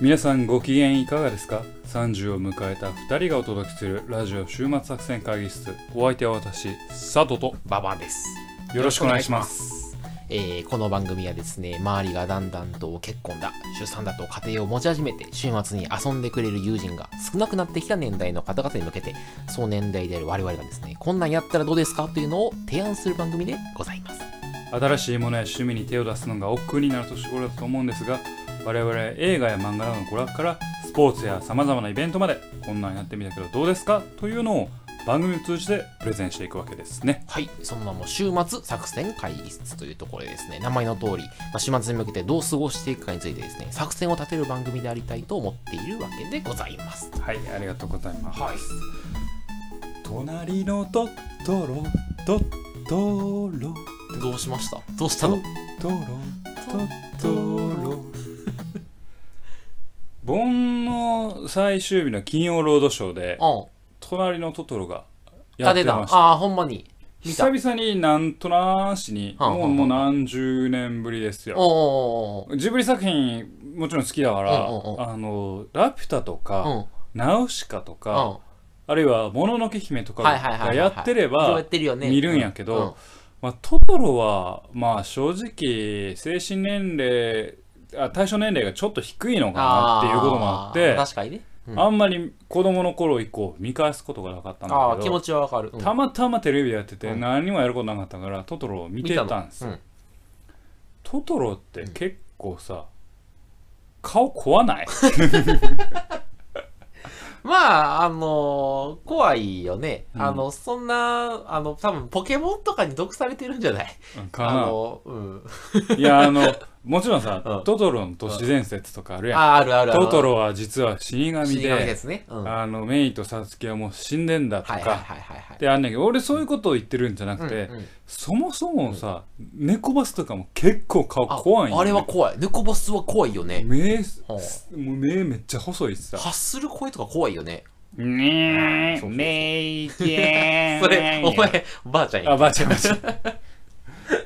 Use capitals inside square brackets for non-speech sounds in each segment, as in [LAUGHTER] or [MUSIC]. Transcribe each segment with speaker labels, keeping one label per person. Speaker 1: 皆さんご機嫌いかがですか ?30 を迎えた2人がお届けするラジオ週末作戦会議室お相手は私佐藤と
Speaker 2: ババです。
Speaker 1: よろしくお願いします
Speaker 2: えーこの番組はですね、周りがだんだんと結婚だ、出産だと家庭を持ち始めて、週末に遊んでくれる友人が少なくなってきた年代の方々に向けて、その年代である我々がですね、こんなんやったらどうですかというのを提案する番組でございます。
Speaker 1: 新しいものや趣味に手を出すのが億劫になる年頃だと思うんですが我々映画や漫画などの娯楽からスポーツやさまざまなイベントまでこんなんやってみたけどどうですかというのを番組を通じてプレゼンしていくわけですね
Speaker 2: はい、その名も週末作戦会議室というところでですね、名前の通り、まあ、週末に向けてどう過ごしていくかについてですね、作戦を立てる番組でありたいと思っているわけでございます。
Speaker 1: はいありがとうございます、
Speaker 2: はい
Speaker 1: 隣のトットロトットロ
Speaker 2: どうしましたどうしたの
Speaker 1: トロトロ [LAUGHS] 盆の最終日の金曜ロードショーで
Speaker 2: うん。
Speaker 1: 隣のトトロがや
Speaker 2: 立
Speaker 1: って
Speaker 2: てた。
Speaker 1: ました
Speaker 2: ああ、ほんまに。見た
Speaker 1: 久々になんとなーしに
Speaker 2: はあはあ
Speaker 1: もうもう何十年ぶりですよ
Speaker 2: おー
Speaker 1: ジブリ作品もちろん好きだから
Speaker 2: うんうんう
Speaker 1: あのラピュタと
Speaker 2: おーおーおー。うん。
Speaker 1: かナウシカと
Speaker 2: うん
Speaker 1: か。あるいはもののけ姫とか
Speaker 2: はいはいはいはいは
Speaker 1: が
Speaker 2: い
Speaker 1: やってれ
Speaker 2: そうや
Speaker 1: ば
Speaker 2: ってるよね。
Speaker 1: 見るんやけ
Speaker 2: うん
Speaker 1: ど、まあ、トトロは、まあ、正直、精神年齢あ、対象年齢がちょっと低いのかな
Speaker 2: あ
Speaker 1: っていうこともあって
Speaker 2: ー、確かにね。うん
Speaker 1: あんまり子供の頃以降、見返すことがなかったん
Speaker 2: あ
Speaker 1: だ
Speaker 2: あ、
Speaker 1: け
Speaker 2: 気持
Speaker 1: ど、
Speaker 2: ちはわかる。うん
Speaker 1: たまたまテレビでやってて、
Speaker 2: うん
Speaker 1: 何もやることなかったから、トトロを見てたんですよ。
Speaker 2: 見
Speaker 1: トトロって結構さ、顔怖
Speaker 2: [LAUGHS]
Speaker 1: ない
Speaker 2: たのうんまあ、あのー、怖いよね。あの、そんな、あの、多分ポケモンとかに毒されてるんじゃないあ
Speaker 1: か
Speaker 2: の、うん。
Speaker 1: な。いや、あの、もちろんさ
Speaker 2: [LAUGHS] う、ん
Speaker 1: トトロの都市伝説とかあるやん。
Speaker 2: あ、あるあるある。
Speaker 1: トトロは実は死神
Speaker 2: 死神
Speaker 1: で
Speaker 2: で、すね。うん。はい
Speaker 1: あの、メイとサツキはもう死んでんだと
Speaker 2: はいはい
Speaker 1: か、
Speaker 2: はいはい。
Speaker 1: であんねんけど俺そういうことを言ってるんじゃなくて、
Speaker 2: うんうん
Speaker 1: そもそもさ、猫バスとかも結構顔怖いんよ
Speaker 2: ああれは怖い。猫ボスは怖いよね。
Speaker 1: 目
Speaker 2: はあ
Speaker 1: すもう目めっちゃ細いしさ
Speaker 2: 発する声とか怖いよね。
Speaker 1: ねえ
Speaker 2: そうそうそう
Speaker 1: めいけ
Speaker 2: それ、お前、ばあちゃんや
Speaker 1: あばあちゃんばあちゃんい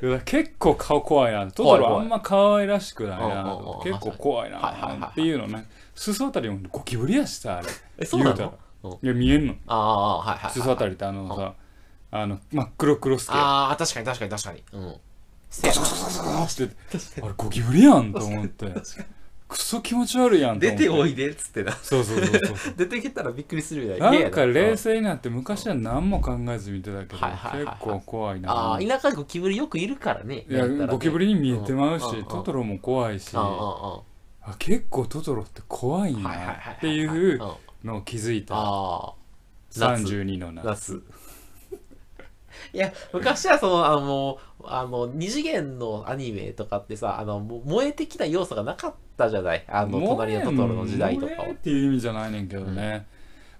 Speaker 1: や結構顔怖いなトト
Speaker 2: 怖い
Speaker 1: ロ
Speaker 2: 怖
Speaker 1: あ
Speaker 2: い
Speaker 1: んま可愛らしくないな
Speaker 2: うんうんうん
Speaker 1: 結構怖い
Speaker 2: はいはいはい
Speaker 1: な
Speaker 2: はい
Speaker 1: っていうのね裾あたりもゴキブリやしさあれ
Speaker 2: え、そうな
Speaker 1: 言う
Speaker 2: の
Speaker 1: た
Speaker 2: うん
Speaker 1: いや見えんの
Speaker 2: ああ、はいはいはい。
Speaker 1: 裾あたりってあのさあの真っ黒クロスケ
Speaker 2: ああ、確かに確かに確かに。うん。せや
Speaker 1: してあれゴキブリやんと思ってクソ気持ち悪いやんと思って
Speaker 2: いでっつってな。
Speaker 1: そうそうそうそう
Speaker 2: 出てきたらびっくりするよ
Speaker 1: なんか冷静になって昔は何も考えず見てたけど
Speaker 2: はいはいはいはい
Speaker 1: 結構怖い
Speaker 2: あ
Speaker 1: な
Speaker 2: あ、田舎ゴキブリよくいるからね。
Speaker 1: いやゴキブリに見えてまう
Speaker 2: うんうんう
Speaker 1: し
Speaker 2: ん
Speaker 1: トトロも怖いし
Speaker 2: うんうんうん。
Speaker 1: あ
Speaker 2: は
Speaker 1: 結構トトロって怖い
Speaker 2: い
Speaker 1: ん
Speaker 2: はいはい
Speaker 1: や
Speaker 2: はい。
Speaker 1: っていう
Speaker 2: うんあ
Speaker 1: のを気づいた
Speaker 2: あ、
Speaker 1: 32のな
Speaker 2: 夏。 [LAUGHS] いや、昔はその、あの、もうあの、二次元のアニメとかってさ、あの、もう燃えてきた要素がなかったじゃないあの、隣のトトロの時代とか
Speaker 1: 萌え
Speaker 2: は
Speaker 1: 萌え。っていう意味じゃないねんけどね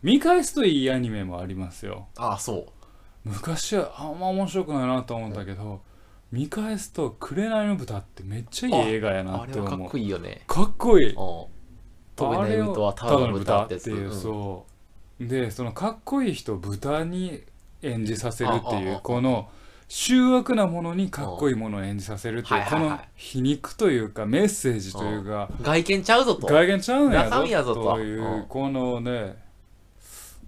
Speaker 1: 見返すといいアニメもありますよ
Speaker 2: ああ、そう。
Speaker 1: 昔はあんま面白くないなと思ったけど、見返すと「紅の豚」ってめっちゃいい映画やな
Speaker 2: あ
Speaker 1: っ
Speaker 2: れ
Speaker 1: て
Speaker 2: はかっ
Speaker 1: 思う
Speaker 2: こいいよね。
Speaker 1: かっこいい
Speaker 2: うん。飛べ
Speaker 1: あ
Speaker 2: ない
Speaker 1: れを
Speaker 2: 豚はただの豚ってやつ
Speaker 1: ただの豚っていう、
Speaker 2: うん
Speaker 1: そうでそのかっこいい人を豚に演じさせるって
Speaker 2: あ
Speaker 1: い
Speaker 2: ああ
Speaker 1: うこの醜悪なものにかっこいいものを演じさせるっていう
Speaker 2: ああ
Speaker 1: こ
Speaker 2: はいはい
Speaker 1: の
Speaker 2: はい
Speaker 1: 皮肉というかメッセージというか
Speaker 2: 外見ちゃうぞと。
Speaker 1: 外見ちゃうんや
Speaker 2: 中身やぞ
Speaker 1: ぞ
Speaker 2: と
Speaker 1: とい
Speaker 2: うん
Speaker 1: うこのね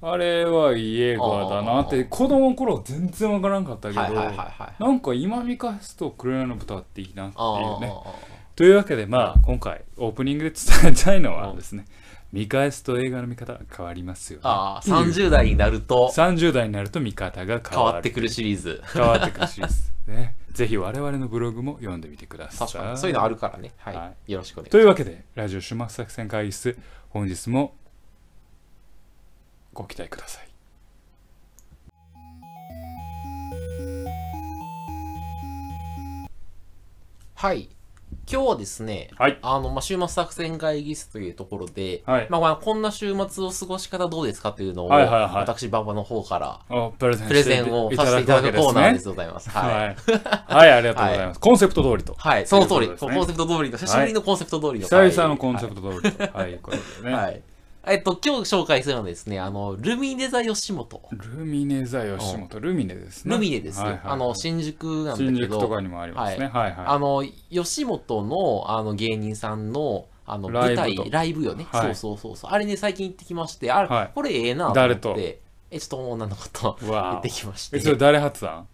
Speaker 1: あれはいい映画だなっ
Speaker 2: あああ
Speaker 1: て
Speaker 2: あ
Speaker 1: 子供の頃は全然わからんかったけど、
Speaker 2: はいはいはいはい。
Speaker 1: なんか今見返すと「紅の豚」っていいなっていうね。
Speaker 2: あ
Speaker 1: というわけでまあ今回オープニングで伝えたいのはですね見返すと映画の見方が変わりますよ、ね。
Speaker 2: あああ、30代になると
Speaker 1: 30代になると見方が変
Speaker 2: 変
Speaker 1: わ
Speaker 2: わってくるシリーズ。
Speaker 1: 変わってくるしです、ね。ぜひ我々のブログも読んでみてください。
Speaker 2: 確かに。そういうのあるからね。は。
Speaker 1: はい
Speaker 2: よろしくお願いし
Speaker 1: というわけでラジオ終末作戦会議室本日もご期待ください。
Speaker 2: ます。はい。今日はですね、
Speaker 1: はい
Speaker 2: あの、まあ、週末作戦会議室というところで、
Speaker 1: はい
Speaker 2: まあまあ、こんな週末を過ごし方どうですかというのを、
Speaker 1: はいはいはい
Speaker 2: 私、馬場の方から、
Speaker 1: おプレゼン
Speaker 2: プレゼンをさせていただくコーナーです。ございます。はい。
Speaker 1: はい、はい、ありがとうございます。コンセプト通りと。
Speaker 2: はい、その通り、
Speaker 1: というこ
Speaker 2: コ
Speaker 1: とです
Speaker 2: ン
Speaker 1: ね
Speaker 2: セプト通りの、久しぶりのコンセプト通りの回、
Speaker 1: 久々のコンセプト通りと。はい、いうことでね。
Speaker 2: はい。えっと、今日紹介するのはですね、あの、ルミネ座吉本。
Speaker 1: ルミネ座吉本、ルミネですね。
Speaker 2: ルミネですよ。
Speaker 1: はいはい
Speaker 2: あの、新宿なんだけど。
Speaker 1: 新宿とかにもありますね。はいはい。
Speaker 2: あの、吉本の、あの、芸人さんの、あの
Speaker 1: ライ
Speaker 2: 舞
Speaker 1: ブと
Speaker 2: 台ライブよね、
Speaker 1: はい
Speaker 2: そうそうそうそうあれね最近行ってきましてあれ、
Speaker 1: はい
Speaker 2: これええなと思
Speaker 1: 誰
Speaker 2: っ
Speaker 1: と
Speaker 2: てえちょっと女の子と
Speaker 1: うわ
Speaker 2: 行
Speaker 1: あ
Speaker 2: ってきまし
Speaker 1: えそれ
Speaker 2: て
Speaker 1: 誰発案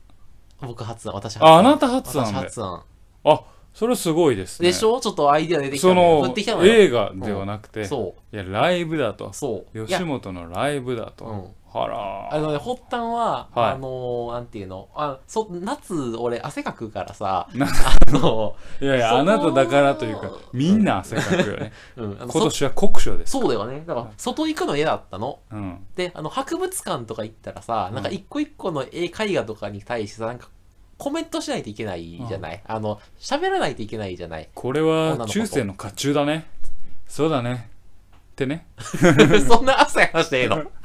Speaker 2: 僕発案私発案
Speaker 1: ああなた発
Speaker 2: 私
Speaker 1: 案で
Speaker 2: 発案
Speaker 1: あそれすごいですね
Speaker 2: でしょちょっとアイディア出てきた
Speaker 1: そ
Speaker 2: ね降
Speaker 1: の
Speaker 2: ってきたのよ
Speaker 1: 映画ではなくて、い
Speaker 2: そう
Speaker 1: やライブだと
Speaker 2: そういや
Speaker 1: 吉本のライブだと、
Speaker 2: うん
Speaker 1: はら
Speaker 2: あのね、発端は、
Speaker 1: はい
Speaker 2: あのーなんていうの、あそ夏、俺、汗かくからさ、
Speaker 1: な
Speaker 2: あの、
Speaker 1: いやい
Speaker 2: そ
Speaker 1: や
Speaker 2: の
Speaker 1: あなただからというかみんな汗かくよね
Speaker 2: うん、あの
Speaker 1: 今
Speaker 2: そ
Speaker 1: 年は酷暑です
Speaker 2: そうだよね。だから、外行くの嫌だったの。
Speaker 1: うん
Speaker 2: で、あの、博物館とか行ったらさ、
Speaker 1: うん
Speaker 2: なんか一個一個の絵絵画とかに対してさ、なんか、コメントしないといけないじゃない。あの、喋らないといけないじゃない。
Speaker 1: これ
Speaker 2: 女の
Speaker 1: は
Speaker 2: 子と
Speaker 1: 中世の甲冑だねそうだねってね
Speaker 2: [LAUGHS] そんな朝話してええの。
Speaker 1: [LAUGHS]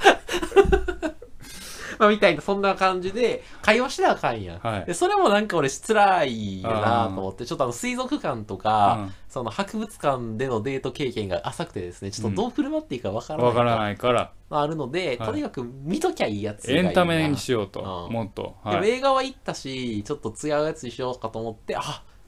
Speaker 2: まあ、みたいな、そんな感じで、会話してなあかんやん。
Speaker 1: はい
Speaker 2: でそれもなんか俺、しつらいよなと思って、ちょっとあの、水族館とか、
Speaker 1: うん
Speaker 2: その博物館でのデート経験が浅くてですね、ちょっとどう振る舞っていいかわからない
Speaker 1: わから
Speaker 2: い
Speaker 1: ないから
Speaker 2: あるので、
Speaker 1: はい
Speaker 2: とにかく見ときゃいいやつがいい
Speaker 1: エ
Speaker 2: な
Speaker 1: ンタメにしようと
Speaker 2: うん
Speaker 1: もっと
Speaker 2: でも
Speaker 1: はい
Speaker 2: 映画は行ったし、ちょっと違うやつにしようかと思って、あ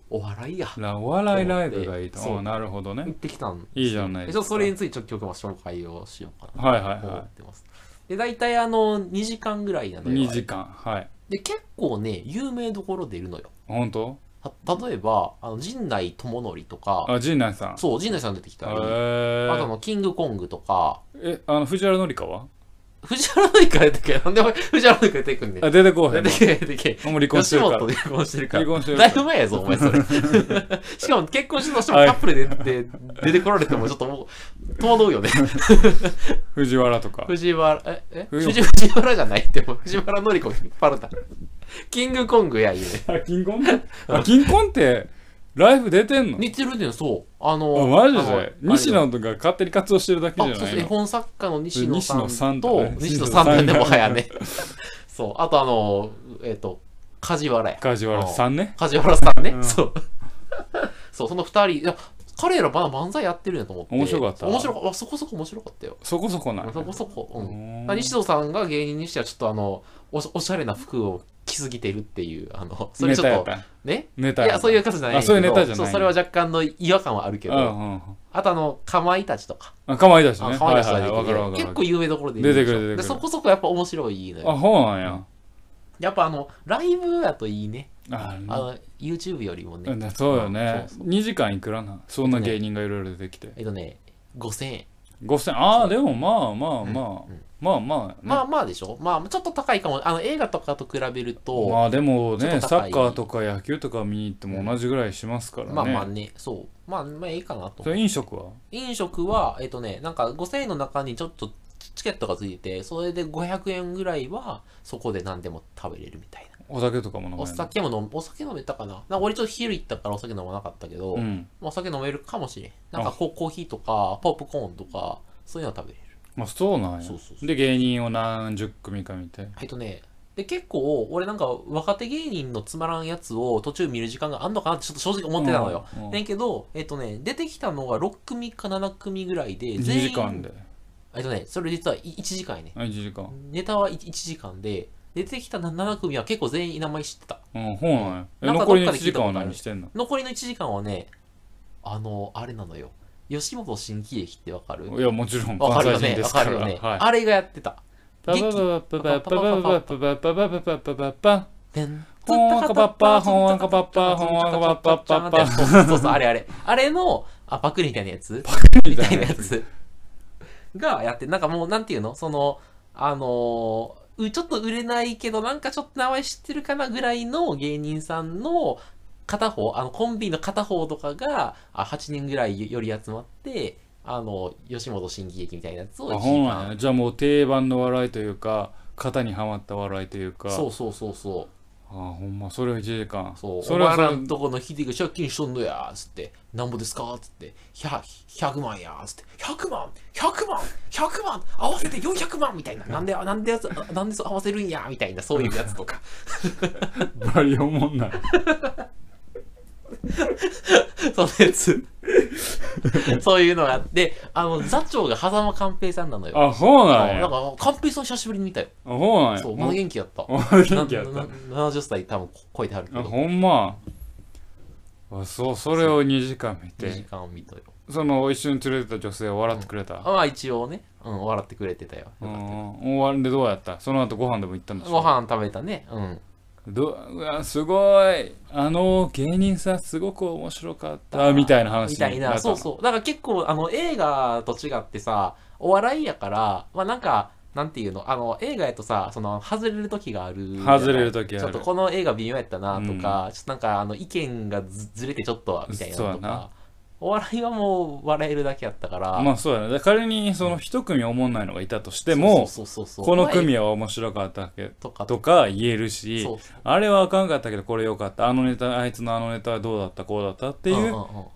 Speaker 2: お笑いや。
Speaker 1: らお笑いライブがいいと
Speaker 2: そう
Speaker 1: うんなるほど
Speaker 2: 行っ
Speaker 1: ね
Speaker 2: てきたんですよ
Speaker 1: いいじゃないですか
Speaker 2: ちょっとそれについてちょっと曲も紹介をしようかな
Speaker 1: はいはい
Speaker 2: と思
Speaker 1: は
Speaker 2: ってます。で、大体あの、2時間ぐらいないのよ
Speaker 1: 2。時間はい
Speaker 2: で、結構ね、有名どころ出るのよ。
Speaker 1: 本当
Speaker 2: た例えば、あの陣内智則とか、
Speaker 1: あ陣内さんへ
Speaker 2: そう、陣内さん出てきたり、
Speaker 1: え
Speaker 2: あとあの、キングコングとか、
Speaker 1: えあの藤原紀香は
Speaker 2: 藤原紀香出てけ。なんでお前藤原紀香出てくんねん。
Speaker 1: あ出てこうへ
Speaker 2: 出
Speaker 1: ん
Speaker 2: て
Speaker 1: の
Speaker 2: け、出てけ。
Speaker 1: もう離婚して
Speaker 2: 吉
Speaker 1: るから
Speaker 2: 本で離婚してるから。
Speaker 1: 離婚してるか
Speaker 2: だ
Speaker 1: ら
Speaker 2: いぶ前やぞ、お
Speaker 1: [LAUGHS]
Speaker 2: 前それ。しかも結婚してたとしてもカップルで出て出てこられてもちょっともう、戸惑うよね。
Speaker 1: 藤原とか
Speaker 2: 藤原、え、え
Speaker 1: うん
Speaker 2: 藤藤原じゃないって、もう藤原紀子引っ張るた。キングコングや、いいね。
Speaker 1: [LAUGHS] あ金婚あ金婚ってライブ出てんの
Speaker 2: 似てるねん、そう。あの、
Speaker 1: あマジ
Speaker 2: あの
Speaker 1: で西野とか勝手に活動してるだけ
Speaker 2: あ
Speaker 1: じ
Speaker 2: そ
Speaker 1: ゃ
Speaker 2: う
Speaker 1: な
Speaker 2: そう
Speaker 1: い
Speaker 2: 絵
Speaker 1: の
Speaker 2: 本作家の西野
Speaker 1: 西野
Speaker 2: さ
Speaker 1: さ
Speaker 2: ん
Speaker 1: ん
Speaker 2: と
Speaker 1: とね
Speaker 2: 西野さんなんで
Speaker 1: 西野さんが
Speaker 2: もはやね [LAUGHS] そうあとあのえっ、と梶原や
Speaker 1: 梶原さんね
Speaker 2: 梶原さんね、
Speaker 1: うん
Speaker 2: そうそうその二人いや彼らまだ漫才やってるんやと思って
Speaker 1: 面白かった
Speaker 2: 面白かあそこそこ面白かったよ
Speaker 1: そこそこない
Speaker 2: そこそこう
Speaker 1: うんん
Speaker 2: だから西野さんが芸人にしてはちょっとあのおしおしゃれな服を着すぎてるっていうあのそれ
Speaker 1: ネ
Speaker 2: ちょ
Speaker 1: タや
Speaker 2: っ
Speaker 1: っ
Speaker 2: と
Speaker 1: た
Speaker 2: ね
Speaker 1: ネタ
Speaker 2: いやそういうう方じゃないんや
Speaker 1: あ
Speaker 2: けど
Speaker 1: そういうネタじゃない
Speaker 2: そうそれは若干の違和感はあるけ
Speaker 1: けう
Speaker 2: ど、
Speaker 1: んうん
Speaker 2: あとあのかまいたちとか
Speaker 1: あかまいたちね
Speaker 2: あ、可愛い人
Speaker 1: は
Speaker 2: が
Speaker 1: いはいはいわかるわ
Speaker 2: 出
Speaker 1: かる
Speaker 2: てきて、結構有名どころで
Speaker 1: 出てくる
Speaker 2: でしょ
Speaker 1: 出てくる
Speaker 2: でそこそこやっぱ面白いのよ。
Speaker 1: あそうなんや
Speaker 2: やっぱあの、ライブやといいね。
Speaker 1: あ
Speaker 2: あの、YouTube よりもね。
Speaker 1: うんそうよね
Speaker 2: そうそう
Speaker 1: 2時間いくらなそんな芸人がいろいろ出てきて
Speaker 2: えっとね、5000円。
Speaker 1: 5000ああでもまあまあま
Speaker 2: うんうん
Speaker 1: あまあま
Speaker 2: ま
Speaker 1: あね
Speaker 2: あまあでしょまあちょっと高いかも。あの、映画とかと比べると、
Speaker 1: まあでも
Speaker 2: ちょっ
Speaker 1: ね
Speaker 2: と
Speaker 1: サ
Speaker 2: 高い
Speaker 1: ッカーとか野球とか見に行っても同じぐらいしますからね
Speaker 2: まあまあね、そう。まあまあいいかなと
Speaker 1: そ。れ飲食は
Speaker 2: 飲食は、えっとね、なんか5000円の中にちょっとチケットがついてて、それで500円ぐらいはそこで何でも食べれるみたいな。
Speaker 1: お酒とかも飲ま
Speaker 2: お
Speaker 1: ないの
Speaker 2: 酒も飲む、お酒飲めたかななんか俺ちょっと昼行ったからお酒飲まなかったけど、
Speaker 1: うん
Speaker 2: まあお酒飲めるかもしれん。なんかこうコーヒーとか、ポップコーンとか、そういうのは食べれる。
Speaker 1: まあそうなんや
Speaker 2: そうそうそう
Speaker 1: で芸人を何十組か見て
Speaker 2: えっとね、で、結構、俺なんか若手芸人のつまらんやつを途中見る時間があんのかなってちょっと正直思ってたのよ。
Speaker 1: うんうん
Speaker 2: ねんけど、えっとね、出てきたのが6組か7組ぐらいで、
Speaker 1: 2時間で
Speaker 2: えっとね、それ実はい1時間やね。
Speaker 1: あ1時間
Speaker 2: ネタは 1, 時間で、出てきた7組は結構全員名前知ってた。
Speaker 1: うんほうなんやえ
Speaker 2: なんか
Speaker 1: 残りの
Speaker 2: どっか
Speaker 1: 1
Speaker 2: で聞
Speaker 1: 時
Speaker 2: いたこ
Speaker 1: 間
Speaker 2: とあ
Speaker 1: は
Speaker 2: る
Speaker 1: 何してんの
Speaker 2: 残りの1時間はね、あの、あれなのよ。吉本新喜劇ってわかる
Speaker 1: いやもちろん
Speaker 2: わか
Speaker 1: 関
Speaker 2: るよ
Speaker 1: 西人
Speaker 2: ね。
Speaker 1: で
Speaker 2: わ
Speaker 1: す
Speaker 2: か
Speaker 1: か
Speaker 2: るよ
Speaker 1: ら
Speaker 2: ね。
Speaker 1: はい
Speaker 2: あれがやってた。
Speaker 1: パパパパパパパパパパパパパパ
Speaker 2: てん
Speaker 1: ほんわかぱっぱほんわかぱっぱほんわかぱっぱぱっぱ
Speaker 2: そうそうそう、あれあれ。あれの、あ、パクリみたいなやつみたいなやつがやって、なんかもう、なんていうのその、あのーうちょっと売れないけど、なんかちょっと名前知ってるかなぐらいの芸人さんの片方、あの、コンビの片方とかが、あ8人ぐらいより集まって、あの、吉本新喜劇みたいなやつを
Speaker 1: あ
Speaker 2: 一
Speaker 1: ほ
Speaker 2: 時
Speaker 1: んなん
Speaker 2: 間
Speaker 1: やじゃあもう定番の笑いというか型にはまった笑いというか
Speaker 2: そうそうそうそう。
Speaker 1: あほんまそれを1時間
Speaker 2: そう、
Speaker 1: そ
Speaker 2: お
Speaker 1: れは
Speaker 2: 前
Speaker 1: それ
Speaker 2: らんとこのヒデが借金しとんのや、つって、なんぼですかつって、100, 100万や、つって、100万 !100 万 !100 万合わせて400万みたいな、なんで、なんでやつ、なんでそう合わせるんや、みたいな、そういうやつとか。
Speaker 1: バリおもんない
Speaker 2: そのやつ。そういうのがあって、あの、座長が狭間寛平さんなのよ。
Speaker 1: あほうなん
Speaker 2: なん
Speaker 1: や
Speaker 2: か
Speaker 1: あ、
Speaker 2: 寛平さん久しぶりに見たよ。
Speaker 1: ほうなんや
Speaker 2: そう、まだ元気やった。
Speaker 1: お前元気やった
Speaker 2: なな70歳多分超えてはるけ
Speaker 1: あ
Speaker 2: ど、
Speaker 1: ほんまあそうそれを2時間見
Speaker 2: 2時
Speaker 1: て
Speaker 2: 間を見たよ。
Speaker 1: その一緒に連れてた女性は笑ってくれた、
Speaker 2: まあ一応ね、うん、笑ってくれてたよ。
Speaker 1: うん終わるんでどうやったその後ご飯でも行ったんでしょ
Speaker 2: ご飯食べたね。うん。
Speaker 1: どうわすごいあの芸人さんすごく面白かったみたいな話
Speaker 2: みたいな。そうそう。だから結構、あの、映画と違ってさ、お笑いやから、まあなんか、なんていうの、あの、映画やとさ、その、外れる時がある。
Speaker 1: 外れる時ある
Speaker 2: ちょっとこの映画微妙やったなとか、ちょっとなんか、あの、意見がずずれてちょっと、みたいなの
Speaker 1: そ
Speaker 2: と
Speaker 1: うやな
Speaker 2: か。お笑いはもう笑えるだけやったから。
Speaker 1: まあそうやねだから仮にその一組思んないのがいたとして
Speaker 2: そう
Speaker 1: も
Speaker 2: そうそうそうそう
Speaker 1: この組は面白かったけ
Speaker 2: とか
Speaker 1: とか言える
Speaker 2: そう
Speaker 1: し
Speaker 2: そう
Speaker 1: あれはあかんかったけどこれ良かったあのネタあいつのあのネタはどうだったこうだったってい
Speaker 2: ん
Speaker 1: うん
Speaker 2: ん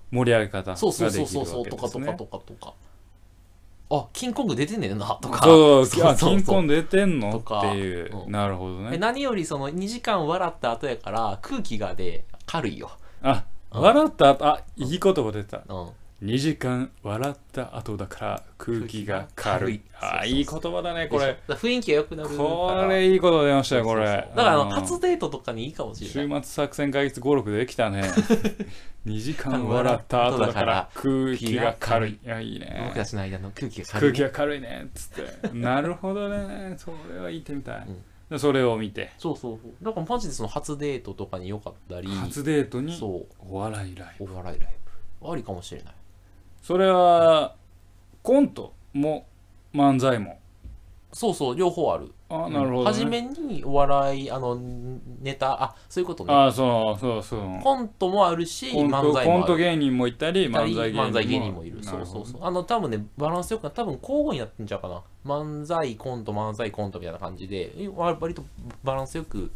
Speaker 1: 盛り上げ方ができる
Speaker 2: そう
Speaker 1: わけです
Speaker 2: そうそ
Speaker 1: ね
Speaker 2: うそうそうとかとかとかとかあキンコング出てんねんなとか
Speaker 1: そうそう
Speaker 2: そう
Speaker 1: あ
Speaker 2: そう
Speaker 1: 金
Speaker 2: そう
Speaker 1: 婚出てんの
Speaker 2: とか
Speaker 1: っていう
Speaker 2: うん
Speaker 1: なるほど
Speaker 2: え
Speaker 1: ね
Speaker 2: 何よりその2時間笑った後やから空気がで軽いよ、
Speaker 1: あ
Speaker 2: うん
Speaker 1: 笑った後あいい言葉出た
Speaker 2: うん、
Speaker 1: 2時間笑った後だから空気が軽いあ
Speaker 2: 空気が軽いそうそうそう
Speaker 1: いい言葉だねこ
Speaker 2: でし
Speaker 1: れ
Speaker 2: ょだから雰囲気が良くなるから
Speaker 1: これいいこと出ましたよこれ
Speaker 2: そうそうそうだからあ
Speaker 1: うん
Speaker 2: の初デートとかにいいかもしれ
Speaker 1: 週
Speaker 2: ない
Speaker 1: 末作戦会議室56できた
Speaker 2: [LAUGHS]
Speaker 1: ね2時間笑
Speaker 2: 笑
Speaker 1: っ
Speaker 2: ったた
Speaker 1: 後
Speaker 2: 後
Speaker 1: だ
Speaker 2: だ
Speaker 1: か
Speaker 2: からら
Speaker 1: 空気が軽いいやいいね
Speaker 2: 僕たちの間の空気が
Speaker 1: 空
Speaker 2: 軽い、
Speaker 1: 気
Speaker 2: ね、
Speaker 1: が軽いねっつってなるほどねそれは言ってみたい
Speaker 2: うん、
Speaker 1: でそれを見て
Speaker 2: そうそうそうだからマジでその初デートとかに良かったり
Speaker 1: 初デートに
Speaker 2: そ
Speaker 1: お笑いライブ
Speaker 2: うお笑いライブありかもしれない
Speaker 1: それはコントも漫才も
Speaker 2: そうそう両方ある
Speaker 1: あなるほど、ね、
Speaker 2: 初めにお笑いあのネタあそういうことね
Speaker 1: ああそうそうそう
Speaker 2: コントもあるし
Speaker 1: コン
Speaker 2: 漫
Speaker 1: ト
Speaker 2: 才
Speaker 1: コン
Speaker 2: もあ
Speaker 1: ト
Speaker 2: る
Speaker 1: 芸人もいたり漫才芸人も
Speaker 2: 漫才芸人もいる
Speaker 1: な
Speaker 2: そ
Speaker 1: ほど
Speaker 2: うそうそうあの多分ねバランスよくな多分交互になってんちゃうかな漫才コント漫才コントみたいな感じでえわ割とバランスよく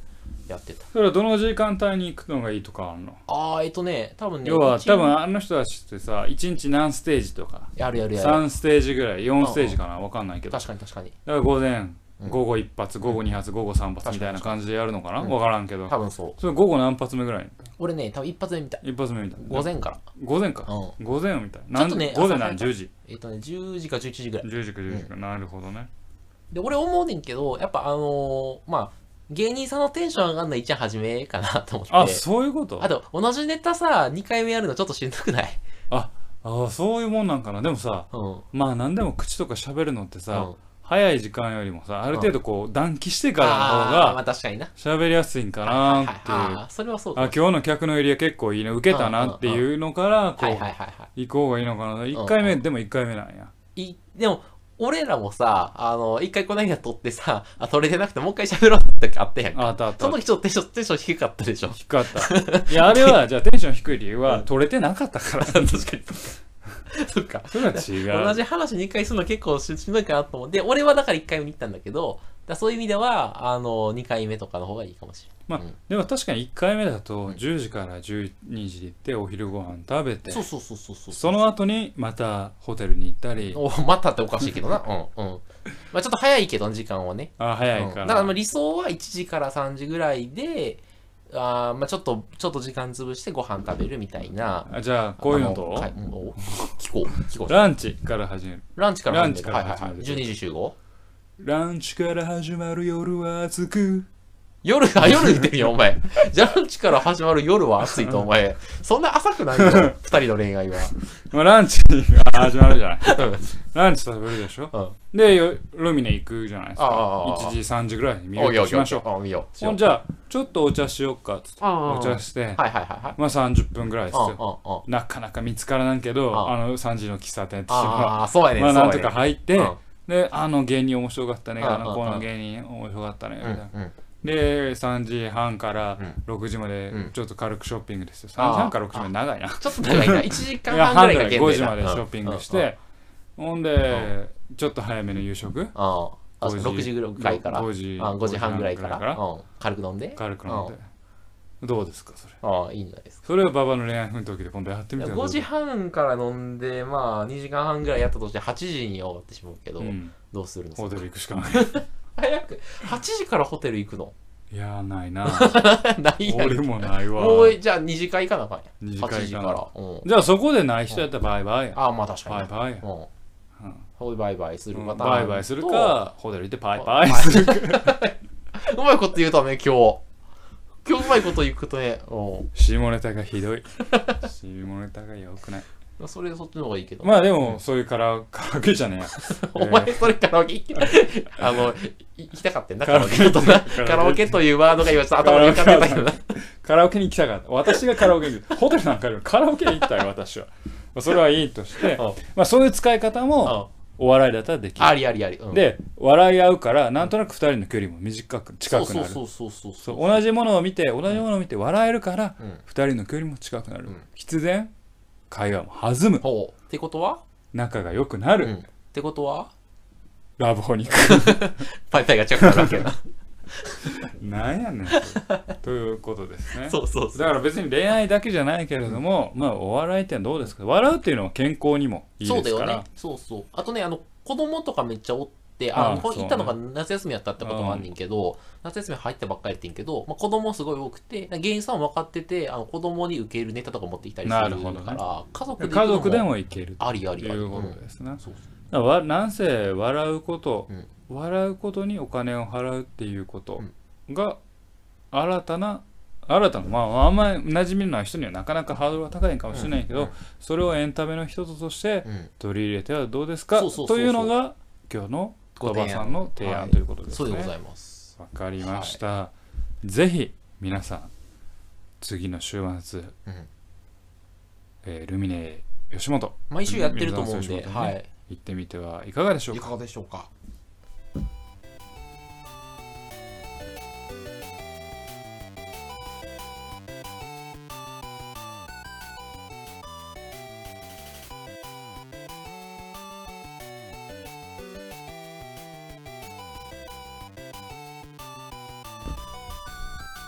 Speaker 2: やってた
Speaker 1: それはどの時間帯に行くのがいいとかあるの
Speaker 2: あーえっとね多分ね
Speaker 1: 要は
Speaker 2: 一
Speaker 1: 多分あの人たちってさ1日何ステージとか
Speaker 2: やるやるやる
Speaker 1: 3ステージぐらい4ステージかな分かんないけどだか
Speaker 2: 確かに確かに
Speaker 1: ら午前
Speaker 2: うん
Speaker 1: 午後1発午後2発午後3発みたいな感じでやるのかな
Speaker 2: うん
Speaker 1: 分からんけど
Speaker 2: 多分そう
Speaker 1: それ午後何発目ぐらい
Speaker 2: 俺ね多分一発目見た
Speaker 1: 一発目みたい
Speaker 2: 午前から
Speaker 1: 午前か
Speaker 2: う
Speaker 1: 午前を見たい
Speaker 2: ちょっとね
Speaker 1: なん午前なん
Speaker 2: 朝
Speaker 1: 10時
Speaker 2: んえっとね10時か11時ぐらい
Speaker 1: 10時か10時かなるほどね
Speaker 2: で俺思うねんけどやっぱあのーまあ芸人さんのテンション上がんない一番初めかなと思って
Speaker 1: あそういうこと
Speaker 2: あと、同じネタさ、2回目やるのちょっとしんどくない
Speaker 1: あそういうもんなんかなでもさ
Speaker 2: うん。うん
Speaker 1: まあ何でも口とか喋るのってさ
Speaker 2: あ
Speaker 1: 早い時間よりもさある程度こう断気してからの方
Speaker 2: あーま
Speaker 1: が
Speaker 2: あ確かにな。
Speaker 1: 喋りやすいんかなーっていう
Speaker 2: ああ、それはそうだ。
Speaker 1: あ
Speaker 2: は
Speaker 1: 今日の客の入りは結構いいね受けたなっていうのからこ
Speaker 2: いはいはいうは
Speaker 1: 行こうがいいのかな
Speaker 2: うん
Speaker 1: 1回目でも1回目なんや
Speaker 2: い。いでも、俺らもさ、あの、一回この間撮ってさ、あ、撮れてなくてもう一回喋ろうって時あったやんか。
Speaker 1: あったあった。
Speaker 2: その時ちょっとテンション、テンション低かった [LAUGHS] でしょ
Speaker 1: 低かったいやあれはじゃあテンション低い理由は取れてなかったから
Speaker 2: [LAUGHS] 確かに。そっか。
Speaker 1: それは違
Speaker 2: 同
Speaker 1: う
Speaker 2: じ話2回するの結構ししんどいかなと思って、俺はだから1回目に行ったんだけど、だからそういう意味では、あの、2回目とかの方がいいかもしれない。
Speaker 1: まあ
Speaker 2: うん
Speaker 1: でも確かに1回目だと10時から12時で行ってお昼ご飯食べて
Speaker 2: そうそうそうそうそう。
Speaker 1: その後にまたホテルに行ったり
Speaker 2: おまたっておかしいけどな。うんうん。まあちょっと早いけど、時間はね。
Speaker 1: あ
Speaker 2: う
Speaker 1: 早い
Speaker 2: ん、だ
Speaker 1: か
Speaker 2: かららまあ理想は1時から3時ぐらいで、あーまあちょっと、ちょっと時間潰してご飯食べるみたいな。
Speaker 1: あじゃあこういうのと
Speaker 2: あはいうんお聞こう、聞こう。
Speaker 1: ランチから始める
Speaker 2: ランチから
Speaker 1: ランチから
Speaker 2: はいはいはい。
Speaker 1: 始める
Speaker 2: 12時集合
Speaker 1: ランチから始まる夜は熱く
Speaker 2: 夜が、 [LAUGHS] 夜言ってみよ、お前。じゃあランチから始まる夜は暑いと、お前。そんな浅くないよ、2人
Speaker 1: [LAUGHS]
Speaker 2: の恋愛は。
Speaker 1: まあランチが始まるじ
Speaker 2: [LAUGHS]
Speaker 1: ゃない
Speaker 2: うん
Speaker 1: ランチ食べるでしょ
Speaker 2: うん。
Speaker 1: でよルミネ行くじゃないです
Speaker 2: あああ
Speaker 1: か1
Speaker 2: あ
Speaker 1: 時3時ぐらいに見
Speaker 2: お
Speaker 1: る
Speaker 2: いおいお
Speaker 1: と
Speaker 2: い
Speaker 1: しましょう
Speaker 2: おいよ。
Speaker 1: ほんじゃあちょっとお茶しよっかっつって
Speaker 2: あ
Speaker 1: お
Speaker 2: あ
Speaker 1: 茶して
Speaker 2: はいはいはいはい。
Speaker 1: まあ30分ぐらいです
Speaker 2: うんうん
Speaker 1: よ
Speaker 2: うん。
Speaker 1: なかなか見つからんけど
Speaker 2: あ
Speaker 1: あの3時の喫茶店ってしま
Speaker 2: ああ、そうやね
Speaker 1: まあ
Speaker 2: そ
Speaker 1: な
Speaker 2: うや
Speaker 1: ん
Speaker 2: ね
Speaker 1: とか入って
Speaker 2: うん
Speaker 1: であの芸人面白かったね
Speaker 2: ああ
Speaker 1: あのこ
Speaker 2: あ
Speaker 1: の
Speaker 2: あ
Speaker 1: 芸人面白かったねみ
Speaker 2: う
Speaker 1: たいなん
Speaker 2: うん。
Speaker 1: で3時半から
Speaker 2: うん
Speaker 1: 6時まで
Speaker 2: うん
Speaker 1: ちょっと軽くショッピングですよ3
Speaker 2: ああ
Speaker 1: 時半から6時まで長いな
Speaker 2: ちょっと長いな。1時
Speaker 1: い
Speaker 2: 間
Speaker 1: や
Speaker 2: 半
Speaker 1: 半
Speaker 2: ぐ
Speaker 1: ぐら
Speaker 2: らいが
Speaker 1: い
Speaker 2: 限
Speaker 1: 5
Speaker 2: 度
Speaker 1: 時
Speaker 2: や
Speaker 1: ま
Speaker 2: な
Speaker 1: でショッピングし
Speaker 2: うん
Speaker 1: てほんでちょっと早めの夕食
Speaker 2: うんうんあ
Speaker 1: 5時
Speaker 2: 6時ぐらいから。
Speaker 1: 5時
Speaker 2: あ5時半ぐらいか
Speaker 1: 5時半ぐらい
Speaker 2: ら。うん軽く飲んで。
Speaker 1: 軽く飲んでどうですかそれ
Speaker 2: ああ、いいんじゃないですか。
Speaker 1: それを馬場の恋愛奮闘記で今度やってみたらど
Speaker 2: 5
Speaker 1: う
Speaker 2: 時半から飲んで、まあ、2時間半ぐらいやったとして、8時に終わってしまうけど
Speaker 1: う、ん
Speaker 2: どうするの
Speaker 1: ホテル行くしかない
Speaker 2: 早く、8時からホテル行くの [LAUGHS]
Speaker 1: いやーないな
Speaker 2: ないや
Speaker 1: 俺
Speaker 2: ん。
Speaker 1: もないわ
Speaker 2: もう、じゃあ2次会行かなあかん
Speaker 1: 二
Speaker 2: や
Speaker 1: 次
Speaker 2: ん。
Speaker 1: 会行かな
Speaker 2: 8時から。うん
Speaker 1: じゃあそこでない人やったらバイバイや
Speaker 2: ああ、まあ確か
Speaker 1: バイ
Speaker 2: に。
Speaker 1: バイや
Speaker 2: うん
Speaker 1: うん
Speaker 2: ほいバイバイするパターン。
Speaker 1: バイバイする。かホテル行ってバイバイするか
Speaker 2: [LAUGHS] うまいこと言うたね、今日。今日うまいこと言うことね。うん [LAUGHS]
Speaker 1: 下ネタがひどい下ネタがよくない
Speaker 2: まあそれそっちの方がいいけど。
Speaker 1: まあでも、そういうカラカラオケじゃねえや。
Speaker 2: [LAUGHS] お前それカラオケ行って、あの、い行きたかったんだ、カラオ
Speaker 1: カラオケ
Speaker 2: ケとな。
Speaker 1: カラオケ
Speaker 2: カラオケというワードが今ちょっと頭に浮かんでたけどな。
Speaker 1: カラオケに来たかった。私がカラオケに、ホテルなんかよりカラオケに行ったよ、私は。まあそれはいいとして、
Speaker 2: うん
Speaker 1: まあそういう使い方も、お笑いだったらできる。
Speaker 2: ありありあり。うん、
Speaker 1: で、笑い合うから、なんとなく二人の距離も短く、近くなる。
Speaker 2: そうそうそうそ
Speaker 1: そうう同じものを見て同じものを見て笑えるから、
Speaker 2: うん
Speaker 1: 二人の距離も近くなる、
Speaker 2: ん
Speaker 1: 必然会話も弾む
Speaker 2: ほう。ってことは
Speaker 1: 仲が良くなる、
Speaker 2: うん。ってことは
Speaker 1: ラブホに行く
Speaker 2: [LAUGHS] パイパイが近くなるわ
Speaker 1: [LAUGHS]
Speaker 2: けだ。
Speaker 1: なんやねんそれということですね
Speaker 2: そうそうそう。
Speaker 1: だから別に恋愛だけじゃないけれども、まあお笑いってどうですか笑うっていうのは健康にもいい
Speaker 2: そう
Speaker 1: で
Speaker 2: だ
Speaker 1: す
Speaker 2: よ
Speaker 1: から
Speaker 2: ね。そうそう。あとね、あの、子供とかめっちゃおって、あ
Speaker 1: あ
Speaker 2: の、こ
Speaker 1: そうね
Speaker 2: 行ったのが夏休みやったってこともあんねんけど、夏休み入ったばっかりやってんけど、まあ、子供すごい多くて、原因さんも分かってて、あの子供に受けるネタとか持ってきたりする
Speaker 1: なるほどね
Speaker 2: から、家族で行く
Speaker 1: 家
Speaker 2: の
Speaker 1: 族でもいける
Speaker 2: ありあ
Speaker 1: と
Speaker 2: りあり。
Speaker 1: いうこ
Speaker 2: うん
Speaker 1: とですね、
Speaker 2: そうそう
Speaker 1: だからわなんせ笑うこと、
Speaker 2: うん
Speaker 1: 笑うことにお金を払うっていうことが新たな新たなまああんまり馴染みのない人にはなかなかハードルは高いかもしれないけど、
Speaker 2: うんうん
Speaker 1: それをエンタメの一つとして
Speaker 2: うん
Speaker 1: 取り入れてはどうですか
Speaker 2: そうそうそうそう
Speaker 1: というのが今日の小
Speaker 2: ご
Speaker 1: バ
Speaker 2: 提案
Speaker 1: さんの提
Speaker 2: は
Speaker 1: 案
Speaker 2: い
Speaker 1: ということです
Speaker 2: そう
Speaker 1: ね。
Speaker 2: でご
Speaker 1: わ、
Speaker 2: ざいます。
Speaker 1: かりました、ぜひ皆さん次の週末、
Speaker 2: うん
Speaker 1: えールミネ吉本
Speaker 2: 毎週やってると思うん
Speaker 1: 水
Speaker 2: で、
Speaker 1: 沢さん
Speaker 2: は
Speaker 1: で
Speaker 2: い。
Speaker 1: 行ってみてはいかがでしょう
Speaker 2: い
Speaker 1: か
Speaker 2: かがでしょうか。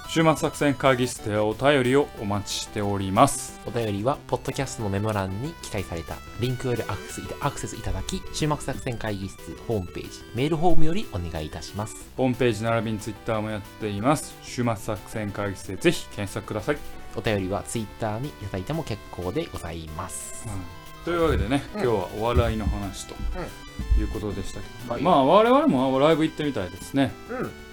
Speaker 1: 週末作戦会議室ではお便りをお待ちしております
Speaker 2: お便りは、ポッドキャストのメモ欄に記載されたリンクよりアクセスいたアクセスいただき、週末作戦会議室ホームページ、メールフォームよりお願いいたします。
Speaker 1: ホームページ並びにツイッターもやっています週末作戦会議室でぜひ検索ください、
Speaker 2: お便りは Twitter にいただいても結構でございます。
Speaker 1: というわけでね、
Speaker 2: うん
Speaker 1: 今日はお笑いの話と、いうことでしたけど、
Speaker 2: はい
Speaker 1: まあ我々もライブ行ってみたいですね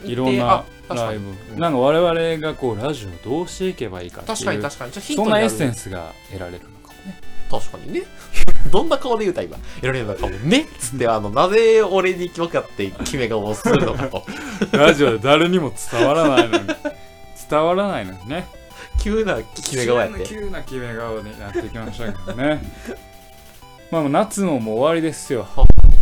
Speaker 2: うん
Speaker 1: いろんなライブ、
Speaker 2: うん
Speaker 1: なんか我々がこうラジオどうしていけばいいかっていう
Speaker 2: 確かに確かに。ちょっとヒン
Speaker 1: そ
Speaker 2: ト
Speaker 1: ん
Speaker 2: に
Speaker 1: な
Speaker 2: な
Speaker 1: エッ
Speaker 2: る
Speaker 1: センスが得られるのかもね
Speaker 2: 確かにね。 [LAUGHS] どんな顔で言うた今。いろいろな顔ねっつって、あの、なぜ俺に分かって決め顔をするのかと。
Speaker 1: ラジオで誰にも伝わらない
Speaker 2: [LAUGHS]
Speaker 1: のに伝わらないのにね
Speaker 2: 急な決め顔やって。
Speaker 1: 急な急な決め顔になってきましたけど
Speaker 2: [LAUGHS]
Speaker 1: ねまあ夏ももう終わりですよ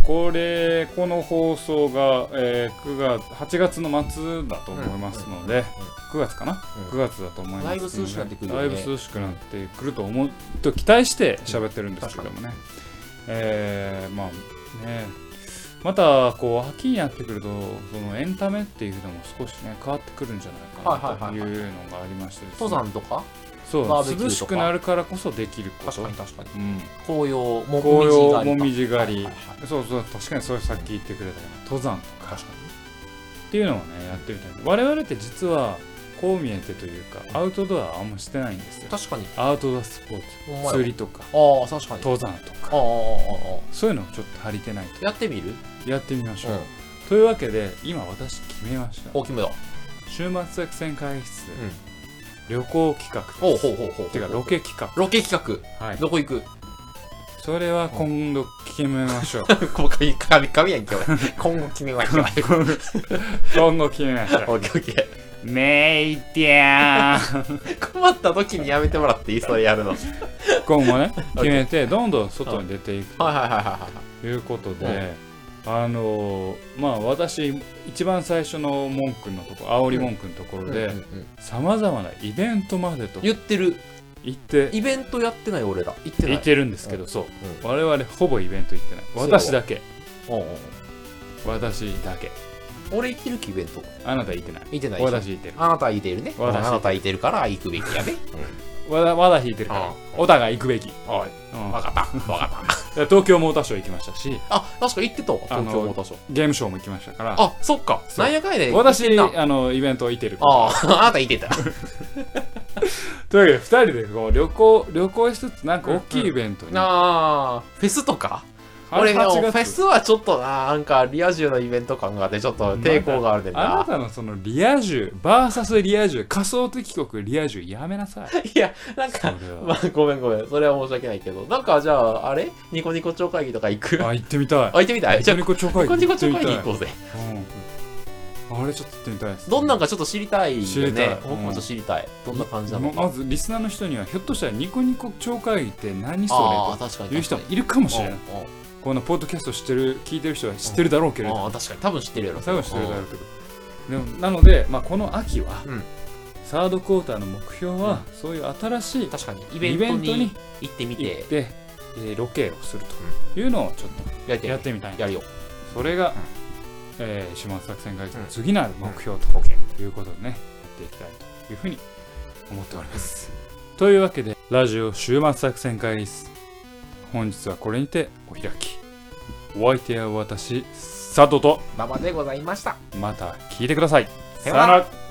Speaker 1: これこの放送が、えー9月8月の末だと思いますので、9月かな、
Speaker 2: う
Speaker 1: 9月だと思いますので
Speaker 2: だいぶ涼しくなってくるよ
Speaker 1: だ
Speaker 2: ね
Speaker 1: いぶ涼しくなってくると思うと期待して喋ってるんですけどもね、えーまあねまたこう秋になってくるとそのエンタメっていうのも少しね変わってくるんじゃないかなというのがありましてですね
Speaker 2: 登山とか
Speaker 1: そう
Speaker 2: バーベキュ
Speaker 1: 涼
Speaker 2: ーとか
Speaker 1: しくなるからこそできること、
Speaker 2: 確かに確かに。
Speaker 1: うん、
Speaker 2: 紅葉、も
Speaker 1: 紅葉も
Speaker 2: み
Speaker 1: み
Speaker 2: じ
Speaker 1: じ狩
Speaker 2: 狩り
Speaker 1: り
Speaker 2: か。はいはいはい
Speaker 1: そうそう確かにそれさっき言ってくれたような登山とか
Speaker 2: 確かに。
Speaker 1: っていうのをねやってみたい我々って実はこう見えてというかアウトドアはあんましてないんですよ
Speaker 2: 確かに。
Speaker 1: アウトドアスポー
Speaker 2: ほんま
Speaker 1: ツ
Speaker 2: や
Speaker 1: 釣りとか
Speaker 2: ああ、確かに。あ
Speaker 1: 登山とか
Speaker 2: あ、ああ、あ
Speaker 1: そういうのちょっと足りてない
Speaker 2: あ。やってみる
Speaker 1: とやってみましょう、
Speaker 2: うん。
Speaker 1: というわけで今私決めました
Speaker 2: 大きめだ。
Speaker 1: 週末作戦会議室で
Speaker 2: うん
Speaker 1: 旅行企画
Speaker 2: お
Speaker 1: で
Speaker 2: う
Speaker 1: す、
Speaker 2: ほうほうほう。
Speaker 1: てかロケ企
Speaker 2: ロケ企
Speaker 1: 画はい
Speaker 2: 画。どこ行く
Speaker 1: それは今度決めま
Speaker 2: [LAUGHS]
Speaker 1: しょう
Speaker 2: こう髪、髪、髪やんけ、俺。今後決めましょ [LAUGHS] う。
Speaker 1: 今後決めましょう
Speaker 2: オッケーオッケ
Speaker 1: メイティアー
Speaker 2: ー。困った時にやめてもらっていいそれやるの。はい
Speaker 1: 今
Speaker 2: [LAUGHS]
Speaker 1: 後ね決めてどんどん外に出ていく
Speaker 2: はいはいはいはい。
Speaker 1: ということで、あのーまあ私一番最初の文句のとこ煽り文句のところで
Speaker 2: うんうんうん
Speaker 1: さまざまなイベントまでと
Speaker 2: 言ってる。
Speaker 1: 言って
Speaker 2: イベントやってない俺ら。行ってない。
Speaker 1: 言ってるんですけどそう
Speaker 2: う
Speaker 1: 我々ほぼイベント行ってない
Speaker 2: そう
Speaker 1: 私だけ
Speaker 2: うんうんうん
Speaker 1: 私だけ
Speaker 2: 俺行ってるき、イベント。
Speaker 1: あなた行ってない
Speaker 2: 行ってない。
Speaker 1: 私行ってる
Speaker 2: あなたは行っているね。
Speaker 1: 私
Speaker 2: あなたは行ってるから行くべきやね。
Speaker 1: わだわだ引いてるか
Speaker 2: う
Speaker 1: ら
Speaker 2: ん
Speaker 1: お互い行くべき、
Speaker 2: はい。
Speaker 1: うん
Speaker 2: わかった。わかった。
Speaker 1: 東京モーターショー行きましたし
Speaker 2: あ、確か行ってたわ。東
Speaker 1: あの
Speaker 2: 京モーターショー。
Speaker 1: ゲームショーも行きましたから
Speaker 2: あ、そっか。
Speaker 1: そう
Speaker 2: なんやかんやで。
Speaker 1: 私
Speaker 2: あ
Speaker 1: あのイベント行ってる
Speaker 2: あー、 [LAUGHS] あなた行ってた。
Speaker 1: というわけで2人でこう旅行旅行しつつなんか大きいイベントに、
Speaker 2: なあ、フェスとか
Speaker 1: あれ
Speaker 2: 俺でも
Speaker 1: 8
Speaker 2: フ
Speaker 1: 月
Speaker 2: ェスはちょっとな、なんかリア充のイベント感があって、ちょっと抵抗があるねん
Speaker 1: あな
Speaker 2: な。
Speaker 1: たのそのリア充、バーサスリア充、仮想敵国リア充、やめな
Speaker 2: [LAUGHS]
Speaker 1: さい。
Speaker 2: いや、なん
Speaker 1: それ
Speaker 2: か、 [LAUGHS] ま
Speaker 1: は
Speaker 2: あごめんごめん、それは申し訳ないけど、なんかじゃあ、あれニコニコ超会議とか行くあ、
Speaker 1: あ、行ってみたい。
Speaker 2: 行ってみた [LAUGHS] いじゃあ、
Speaker 1: ニコニコ超
Speaker 2: ニ
Speaker 1: 会
Speaker 2: コ
Speaker 1: 議
Speaker 2: ニコ
Speaker 1: って
Speaker 2: 超
Speaker 1: み
Speaker 2: 会議
Speaker 1: たい
Speaker 2: 行こうぜ。
Speaker 1: うんあれちょっと行ってみたいです
Speaker 2: どんなんかちょっと知りたい
Speaker 1: 知
Speaker 2: よ
Speaker 1: りたい
Speaker 2: ね。僕もちょっと知りたい。どんな感じなの
Speaker 1: ま
Speaker 2: か。
Speaker 1: ずリスナーの人にはひょっとしたらニコニコ超会議って何
Speaker 2: ああ、
Speaker 1: そ
Speaker 2: 確か
Speaker 1: れ
Speaker 2: に。
Speaker 1: という人も
Speaker 2: 確かに
Speaker 1: いるかもしれない
Speaker 2: うんうん
Speaker 1: このポッドキャスト知ってる聞いてる人は知ってるだろうけれど
Speaker 2: ああ、確かに。多分知ってるやろ。
Speaker 1: 最後は知ってるだろ
Speaker 2: うん
Speaker 1: うけどでもなので、まあ、この秋は、
Speaker 2: うん
Speaker 1: サードクォーターの目標は、そういう新しい
Speaker 2: 確かに。イ
Speaker 1: イ
Speaker 2: ベ
Speaker 1: ベン
Speaker 2: ン
Speaker 1: ト
Speaker 2: トに
Speaker 1: に
Speaker 2: 行ってみ、
Speaker 1: 行ってて、えーロケをするというのをちょっ
Speaker 2: やり
Speaker 1: と
Speaker 2: て
Speaker 1: やってみたい
Speaker 2: やるよ。
Speaker 1: それが、えー、島津作戦会議
Speaker 2: う
Speaker 1: の
Speaker 2: ん
Speaker 1: 次なる目標ということでね、やっていきたいというふうに思っております。というわけで、ラジオ終末作戦会議室、本日はこれにてお開き。お相手は私、佐藤と、
Speaker 2: 馬場でございました。
Speaker 1: また聞いてください。
Speaker 2: さようなら
Speaker 1: ら。